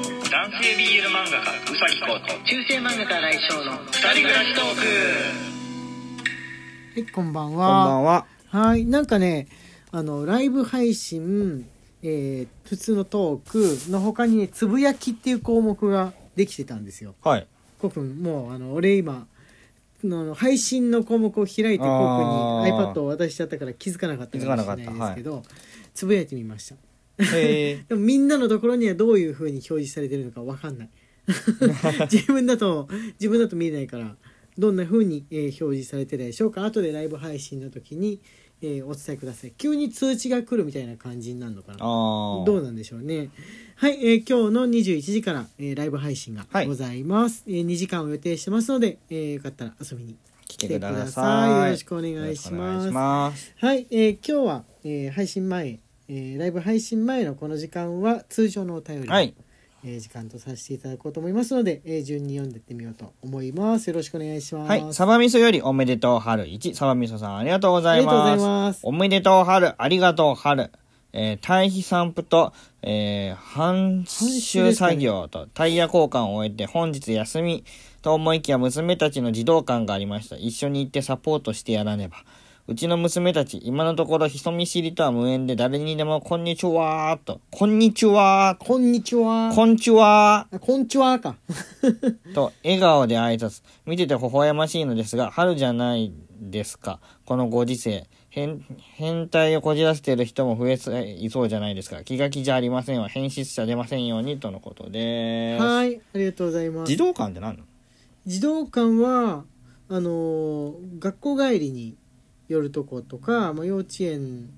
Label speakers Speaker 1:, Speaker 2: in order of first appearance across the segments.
Speaker 1: 系 BL 漫画家うさぎこと
Speaker 2: 中世漫画家来翔の
Speaker 1: 二人暮らしトーク
Speaker 2: はいこんばん
Speaker 3: こんば
Speaker 2: は
Speaker 3: んは。
Speaker 2: はいなんかねあのライブ配信、えー普通のトークの他にねつぶやきっていう項目ができてたんですよ
Speaker 3: はい。
Speaker 2: こうくんもうあの俺今の配信の項目を開いてこ
Speaker 3: あ
Speaker 2: うくんに
Speaker 3: ー
Speaker 2: iPad を渡しちゃったから気づかなかったかもしれない
Speaker 3: 気
Speaker 2: で
Speaker 3: づかなかった
Speaker 2: すけど、つぶやいてみました
Speaker 3: え
Speaker 2: でもみんなのところにはどういう風に表示されてるのかわかん ない自分だと自分だと見えないからどんな風に、えー表示されてるでしょうか後でライブ配信の時に、えーお伝えください急に通知が来るみたいな感じになるのか
Speaker 3: ー、
Speaker 2: な
Speaker 3: ああ。
Speaker 2: どうなんでしょうね。はい、えー今日の21時から、えーライブ配信が
Speaker 3: はい
Speaker 2: ございます、えー2時間を予定してますので、えーよかったら遊びに
Speaker 3: 来
Speaker 2: 来て
Speaker 3: て
Speaker 2: く
Speaker 3: く
Speaker 2: だ
Speaker 3: だ
Speaker 2: さ
Speaker 3: さ
Speaker 2: い。
Speaker 3: い。
Speaker 2: よろしくお願いし
Speaker 3: よ
Speaker 2: ます。
Speaker 3: ろしくお願いします。
Speaker 2: はい、えー今日は、えー配信前、えーライブ配信前のこの時間は通常のお便りの、
Speaker 3: はい。
Speaker 2: えー時間とさせていただこうと思いますので、えー順に読んでいってみようと思います。よろしくお願いします。
Speaker 3: はい。サバ味噌よりおめでとう春一。サバ味噌さんありがとうござ
Speaker 2: あ
Speaker 3: い
Speaker 2: りがとう
Speaker 3: ま
Speaker 2: ご
Speaker 3: す。
Speaker 2: ざいます
Speaker 3: おめでとう春、ありがとう春。えー、堆肥散布と、えー、搬出作業とタイヤ交換を終えて本日休みと思いきや娘たちの児童館がありました。一緒に行ってサポートしてやらねば。うちの娘たち、今のところ人見知りとは無縁で誰にでもこんにちはーと、こんにちはー
Speaker 2: こんにちは。
Speaker 3: こんちは
Speaker 2: あこんちはか。
Speaker 3: と笑顔で挨拶見てて微笑ましいのですが春じゃないですかこのご時世変変態をこじらせている人も増えそいそうじゃないですか気が気じゃありませんわ変質者出ませんようにとのことです
Speaker 2: はい、ありがとうございます
Speaker 3: 児。童館って何なの
Speaker 2: 児童館はあのー学校帰りに寄るとことか、まあ、幼稚園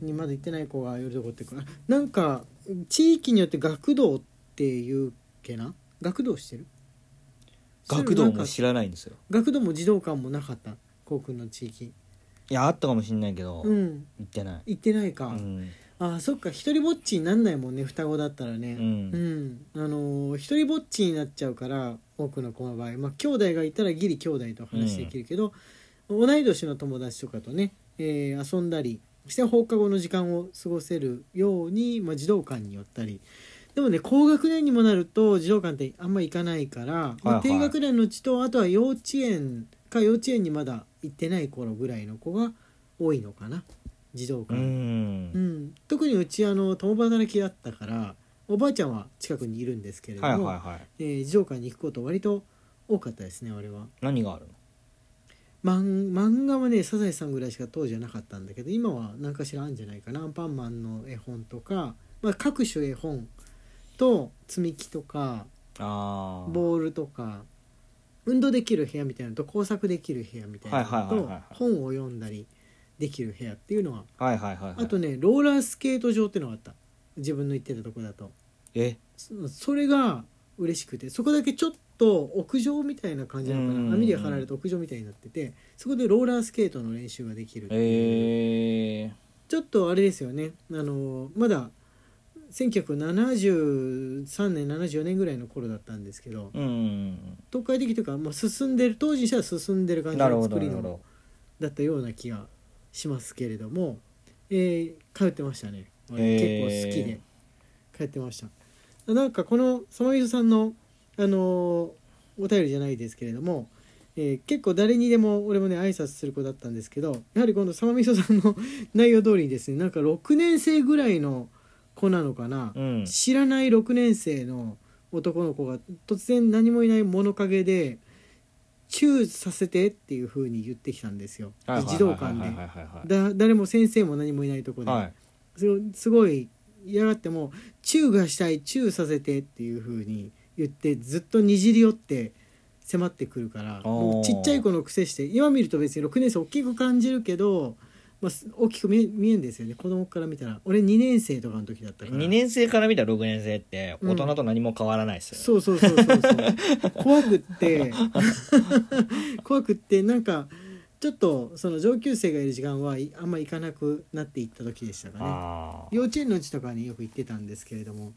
Speaker 2: にまだ行ってない子が寄るとこっていうかなんか地域によって学童っていうけな学童してるなんか
Speaker 3: らないんですよ
Speaker 2: 学童も児童館もなかった高君の地域
Speaker 3: いやあったかもしんないけど、
Speaker 2: うん
Speaker 3: 行ってない
Speaker 2: 行ってないか、
Speaker 3: うん
Speaker 2: あーそっか一人ぼっちになんないもんね双子だったらね
Speaker 3: う
Speaker 2: うんん、あのー一人ぼっちになっちゃうから多くの子の場合まあ兄弟がいたらギリ兄弟と話できるけど、同い年の友達とかとね、えー遊んだりそして放課後の時間を過ごせるように、まあ、児童館に寄ったりでもね高学年にもなると児童館ってあんま行かないから、まあ
Speaker 3: はいはい
Speaker 2: 低学年のうちとあとは幼稚園か幼稚園にまだ行ってない頃ぐらいの子が多いのかな児童
Speaker 3: う
Speaker 2: 館。
Speaker 3: ん、
Speaker 2: うん、特にうちあの共働きだったからおばあちゃんは近くにいるんですけれど
Speaker 3: はいはい
Speaker 2: も、
Speaker 3: はい
Speaker 2: えー児童館に行くこと割と多かったですね俺は
Speaker 3: 何があるの
Speaker 2: 漫漫画はね「サザエさん」ぐらいしか当時はなかったんだけど今は何かしらあるんじゃないかなアンパンマンの絵本とか、まあ、各種絵本と積み木とか
Speaker 3: あー
Speaker 2: ボールとか運動できる部屋みたいなのと工作できる部屋みたいなの
Speaker 3: はいはい
Speaker 2: と
Speaker 3: はいはい
Speaker 2: 本を読んだりできる部屋っていうのは
Speaker 3: はいはいはいはい
Speaker 2: あとねローラースケート場っていうのがあった自分の行ってたとこだと
Speaker 3: え
Speaker 2: そそれが嬉しくてそこだけちょっと屋上みたいな感じなのか
Speaker 3: うんうんうん
Speaker 2: な網で張られた屋上みたいになっててそこでローラースケートの練習ができるっていう
Speaker 3: えー、
Speaker 2: ちょっとあれですよねあのまだ1973年74年ぐらいの頃だったんですけど
Speaker 3: うん
Speaker 2: 東海的というか、まあ、進んでる当時にしては進んでる感じ
Speaker 3: なる
Speaker 2: の
Speaker 3: ほど
Speaker 2: 作
Speaker 3: な
Speaker 2: り
Speaker 3: るほ
Speaker 2: の
Speaker 3: ど
Speaker 2: だったような気がしますけれども、えー通ってましたね俺
Speaker 3: へー
Speaker 2: 結構好きで通ってましたなんかこのそのゆさんの、あのーお便りじゃないですけれども、えー結構誰にでも俺もね挨拶する子だったんですけどやはりこのさまみそさんの 内容通りにですねなんか6年生ぐらいの子なのかな、
Speaker 3: うん
Speaker 2: 知らない6年生の男の子が突然何もいない物陰で「チューさせて」っていう風に言ってきたんですよ
Speaker 3: はいはいはいはいはいは
Speaker 2: 児童館
Speaker 3: い
Speaker 2: でだ誰も先生も何もいないとこで、
Speaker 3: はい
Speaker 2: すごいすごい嫌がっても「チューがしたいチューさせて」っていう風に言ってずっとにじり寄って迫ってくるから
Speaker 3: ー
Speaker 2: もうちっちゃい子の癖して今見ると別に6年生大きく感じるけど、まあ、す大きく見え見えんですよね子供から見たら俺2年生とかの時だったから
Speaker 3: 2年生から見たら6年生って
Speaker 2: うん
Speaker 3: 大人と何も変わらないですよね、
Speaker 2: そうそうそうそうそう怖くって怖くってなんかちょっとその上級生がいる時間はいあんま行かなくなっていった時でしたかね
Speaker 3: ああ
Speaker 2: 幼稚園のうちとかによく行ってたんですけれどもっ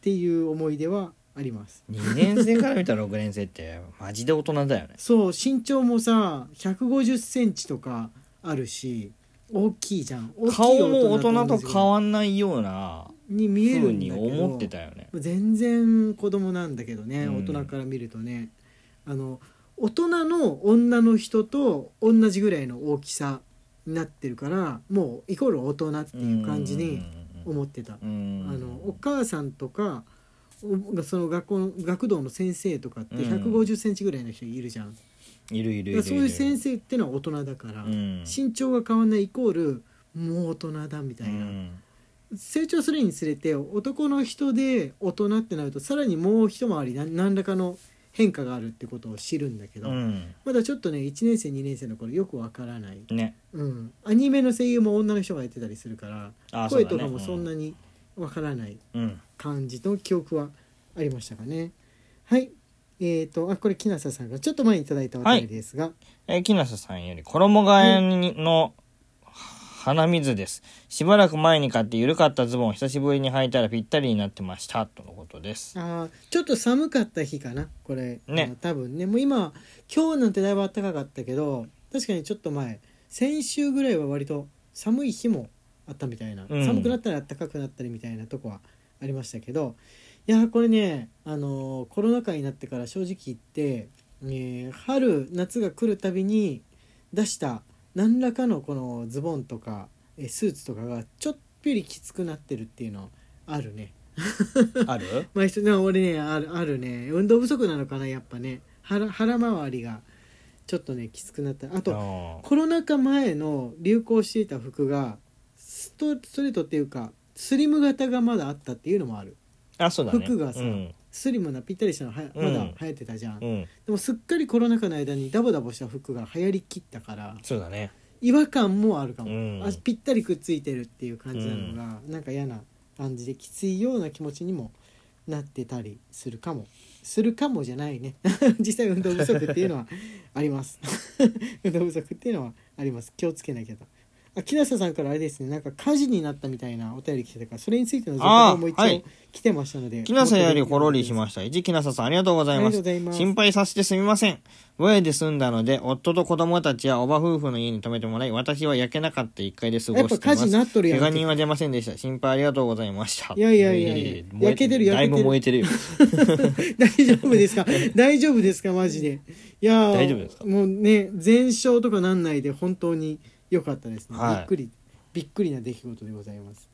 Speaker 2: ていう思い出はあります
Speaker 3: 2年生から見たら6年生ってマジで大人だよね
Speaker 2: そう身長もさ1 5 0ンチとかあるし大きいじゃん大きい
Speaker 3: 顔も大人と
Speaker 2: 同じぐらい
Speaker 3: 変わんないような
Speaker 2: に見え
Speaker 3: ふ
Speaker 2: る
Speaker 3: うんに
Speaker 2: だけど
Speaker 3: 思ってたよね
Speaker 2: 全然子供なんだけどね、
Speaker 3: うん
Speaker 2: 大人から見るとねあの大人の女の人と同じぐらいの大きさになってるからもうイコール大人っていう感じに思ってた。
Speaker 3: うん
Speaker 2: あのお母さんとかおその学校の学童の先生とかって
Speaker 3: うん
Speaker 2: 1 5 0ンチぐらいの人いるじゃん、だ
Speaker 3: いるいるい
Speaker 2: から
Speaker 3: る
Speaker 2: そういう先生ってのは大人だから、
Speaker 3: うん
Speaker 2: 身長が変わんないイコールもう大人だみたいな、
Speaker 3: うん
Speaker 2: 成長するにつれて男の人で大人ってなるとさらにもう一回りな何らかの変化があるってことを知るんだけど、
Speaker 3: うん
Speaker 2: まだちょっとね1年生2年生の頃よくわからない、
Speaker 3: ね
Speaker 2: うん、アニメの声優も女の人がやってたりするから、
Speaker 3: あ
Speaker 2: 声とかもそんな
Speaker 3: に
Speaker 2: にわからない
Speaker 3: うん
Speaker 2: 感じの記憶はありましたかね。はい。えっ、と、あ、これ、木下さんがちょっと前にいただいたお便りですが、
Speaker 3: えー木下さんより衣替えにの鼻水ですしばらく前に買って緩かったズボンを久しぶりに履いたらぴったりになってましたとのことです
Speaker 2: あーちょっと寒かった日かな、これ。
Speaker 3: ね
Speaker 2: あー多分ね、もう今、今日なんてだいぶ暖かかったけど、確かにちょっと前、先週ぐらいは割と寒い日もあったみたいな、
Speaker 3: うん
Speaker 2: 寒くなったら暖かくなったりみたいなとこはありましたけど、いやー、これね、あのーコロナ禍になってから正直言って、えー春夏が来るたびに出した何らかのこのズボンとかえースーツとかがちょっぴりきつくなってるっていうのあるね。
Speaker 3: ある
Speaker 2: まあ、人な俺ねあるあるね運動不足なのかなやっぱね腹腹回りがちょっとねきつくなったあ
Speaker 3: あ
Speaker 2: と
Speaker 3: ー
Speaker 2: コロナ禍前の流行していた服がストストレートっていうかスリム型がまだあったっていうのもある
Speaker 3: あそうだね
Speaker 2: 服がさ
Speaker 3: うん
Speaker 2: スリムなぴったりしたのはやま
Speaker 3: う
Speaker 2: だ
Speaker 3: ん
Speaker 2: 流行ってたじゃん、
Speaker 3: う
Speaker 2: で
Speaker 3: ん
Speaker 2: もすっかりコロナ禍の間にダボダボした服が流行りきったから
Speaker 3: そうだね
Speaker 2: 違和感もあるかも、
Speaker 3: うん
Speaker 2: あぴったりくっついてるっていう感じなのが、なんか嫌な感じできついような気持ちにもなってたりするかもするかもじゃないね 実際運動不足っていうのはあります 運動不足っていうのはあります気をつけなきゃとあ木下さんからあれですねなんか火事になったみたいなお便り来てたからそれについての続報も一
Speaker 3: あーは
Speaker 2: 応
Speaker 3: い
Speaker 2: 来てましたので
Speaker 3: 木下よりほろりし
Speaker 2: し
Speaker 3: ました一木下さんありがとうござ
Speaker 2: あ
Speaker 3: い
Speaker 2: りが
Speaker 3: ま
Speaker 2: とう
Speaker 3: す
Speaker 2: ございます
Speaker 3: 心配させてすみません。我で住んだので、夫と子供たちやおば夫婦の家に泊めてもらい、私は焼けなかった1階で過ごしてい
Speaker 2: や
Speaker 3: ま
Speaker 2: っぱ火事に
Speaker 3: す。
Speaker 2: なっとるやん
Speaker 3: 怪我人は出ませんでした。心配ありがとうございました。
Speaker 2: いやいやいやいや
Speaker 3: 燃え
Speaker 2: 焼けてる焼けてる
Speaker 3: だいぶ燃えてるよ。
Speaker 2: 大丈夫ですか大丈夫ですかマジでいやー
Speaker 3: 大丈夫ですか
Speaker 2: もうね全勝とかなんないで本当に良かったですね、
Speaker 3: はい
Speaker 2: びっくりびっくりな出来事でございます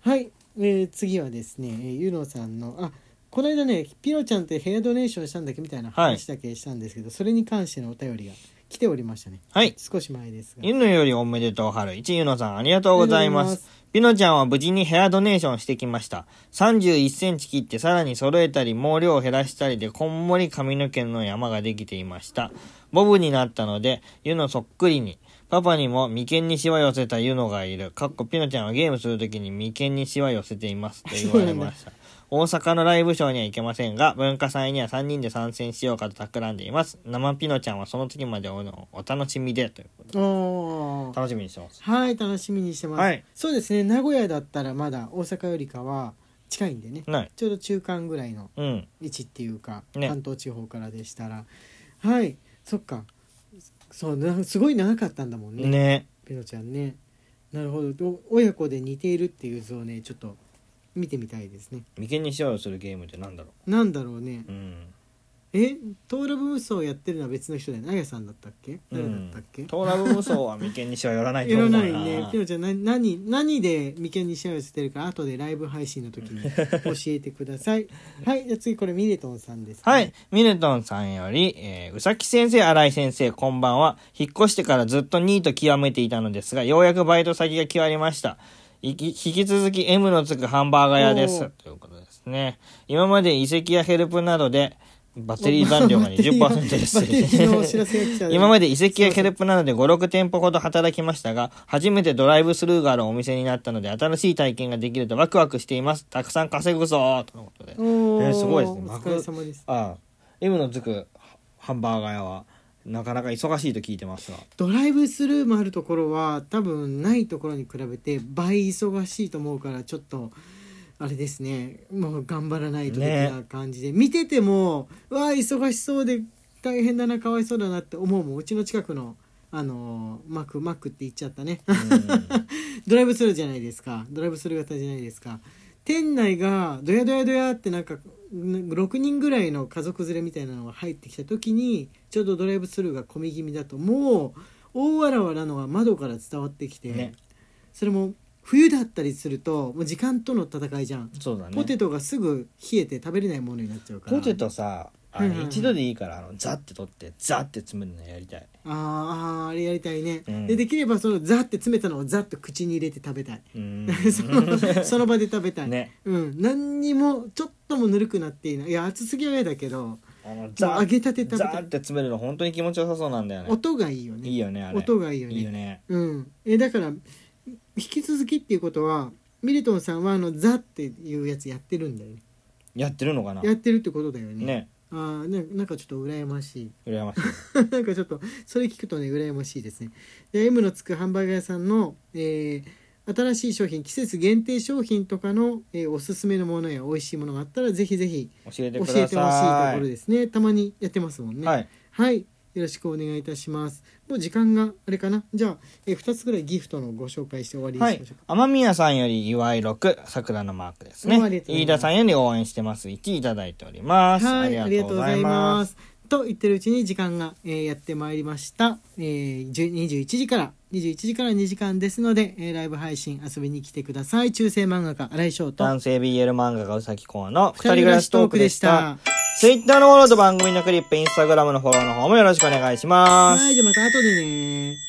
Speaker 2: はい、えー次はですね、えーゆのさんのあこの間ねピロちゃんってヘアドネーションしたんだっけみたいな話だけしたんですけど、それに関してのお便りが来ておりましたね
Speaker 3: はい。
Speaker 2: 少し前ですが
Speaker 3: 犬よりおめでとう春。一ゆのさんありがとうございま
Speaker 2: ありがとうございますす。
Speaker 3: ピノちゃんは無事にヘアドネーションしてきました。31センチ切ってさらに揃えたり、毛量を減らしたりでこんもり髪の毛の山ができていました。ボブになったので、ユノそっくりに。パパにも眉間にシワ寄せたユノがいる。かっこピノちゃんはゲームするときに眉間にシワ寄せています。と言われ ました。大阪のライブショーには行けませんが、文化祭には3人で参戦しようかと企んでいます。生ピノちゃんはその時までおお楽しみで。ということで
Speaker 2: おー
Speaker 3: 楽しみにしてます。
Speaker 2: はい楽しみにしてます、
Speaker 3: はい
Speaker 2: そうですね名古屋だったらまだ大阪よりかは近いんでね
Speaker 3: ない。
Speaker 2: ちょうど中間ぐらいの
Speaker 3: うん。
Speaker 2: 位置っていうか、
Speaker 3: ね
Speaker 2: 関東地方からでしたらはいそっかそうなすごい長かったんだもんね
Speaker 3: ね。
Speaker 2: ペロちゃんねなるほどお親子で似ているっていう図をねちょっと見てみたいですね
Speaker 3: 眉間にシワをするゲームってなんだろ
Speaker 2: なんだろうね
Speaker 3: う。うん。
Speaker 2: えトーラブムスをやってるのは別の人だよねあやさんだったっけ誰だったっけ、
Speaker 3: トーラブ無双は眉間にシワ寄らない
Speaker 2: い
Speaker 3: と思
Speaker 2: ら
Speaker 3: う
Speaker 2: ないね。ピノちゃん何何何で眉間にシワ寄せてるか後でライブ配信の時に教えてくだ さい。はい、じゃあ次これミレトンさんです、
Speaker 3: はい。。ミルトンさんより、えーうさき先生、新井先生、こんばんは。引っ越してからずっとニート極めていたのですが、ようやくバイト先が決まりました。いき引き続き M のつくハンバーガー屋で
Speaker 2: おー
Speaker 3: す。ということですね。今まで遺跡やヘルプなどで、バッテリー残量が20%です。
Speaker 2: バッテリーのお知らせが来たね
Speaker 3: 今まで遺跡やケルプなどで5、6店舗ほど働きましたが、初めてドライブスルーがあるお店になったので、新しい体験ができるとワクワクしています。たくさん稼ぐぞとのことで。
Speaker 2: おー
Speaker 3: ねすごいですね
Speaker 2: お疲れ様です。
Speaker 3: ああ、M のつくハンバーガー屋は、なかなか忙しいと聞いてますが。
Speaker 2: ドライブスルーもあるところは多分ないところに比べて倍忙しいと思うからちょっとあれですねもう頑張らないと的
Speaker 3: ね
Speaker 2: な感じで、見ててもうわあ忙しそうで大変だなかわいそうだなって思うもんうちの近くのあのーマックマックって言っちゃったねドライブスルーじゃないですかドライブスルー型じゃないですか店内がドヤドヤドヤってなんか6人ぐらいの家族連れみたいなのが入ってきた時にちょうどドライブスルーが混み気味だともう大わらわなのが窓から伝わってきて、
Speaker 3: ね
Speaker 2: それも冬だったりするともう時間との戦いじゃん、
Speaker 3: そうだね
Speaker 2: ポテトがすぐ冷えて食べれないものになっちゃうから
Speaker 3: ポテトさあ
Speaker 2: うんうんう
Speaker 3: の
Speaker 2: ん
Speaker 3: 一度でいいからあのザッて取ってザッて詰めるのやりたい
Speaker 2: あーあーあれやりたいね、
Speaker 3: うん
Speaker 2: でできればそのザッて詰めたのをザッと口に入れて食べたい
Speaker 3: う ー
Speaker 2: そ
Speaker 3: ん
Speaker 2: のその場で食べたい、
Speaker 3: ね
Speaker 2: うん、何にもちょっともぬるくなっていないいや熱すぎは嫌だけど
Speaker 3: あの
Speaker 2: もう揚げたて食べ
Speaker 3: ザ
Speaker 2: たい
Speaker 3: ーって詰めるの本当に気持ちよさそうなんだよね
Speaker 2: 音がいいよね
Speaker 3: いいよねあれ
Speaker 2: 音がいいよね
Speaker 3: いいよね
Speaker 2: うん、えだから引き続きっていうことはミリトンさんはあのザっていうやつやってるんだよね
Speaker 3: やってるのかな
Speaker 2: やってるってことだよね
Speaker 3: ね
Speaker 2: あーななんかちょっと羨ましい
Speaker 3: 羨ましい
Speaker 2: なんかちょっとそれ聞くとね羨ましいですねで M のつくハンバーガー屋さんの、えー新しい商品季節限定商品とかの、えーおすすめのものや美味しいものがあったらぜひぜひ
Speaker 3: 教えて
Speaker 2: 教えて
Speaker 3: く
Speaker 2: ほしい
Speaker 3: だ
Speaker 2: とこ
Speaker 3: さ
Speaker 2: ろ
Speaker 3: い
Speaker 2: ですねたまにやってますもんね
Speaker 3: はい
Speaker 2: はい。よろしくお願いいたします。もう時間があれかな。じゃあ、えー、2つぐらいギフトのご紹介して終わりに
Speaker 3: は
Speaker 2: し
Speaker 3: い
Speaker 2: ましょうか。
Speaker 3: 天宮さんより祝い6桜のマークですね
Speaker 2: どうもありがとうござい
Speaker 3: 飯
Speaker 2: ます
Speaker 3: 田さんより応援してます1いただいております
Speaker 2: はい、ありがとうございますす。と言ってるうちに時間が、えーやってまいりました、えー、10 21時から21時から2時間ですので、えーライブ配信遊びに来てください中世漫画家新井翔と
Speaker 3: 男性 BL 漫画がうさきこうの
Speaker 2: 二
Speaker 3: 二人暮らしトークでした。ツイッターのフォローと番組のクリップ、インスタグラムのフォローの方もよろしくお願いします。
Speaker 2: はいじゃあまた後でね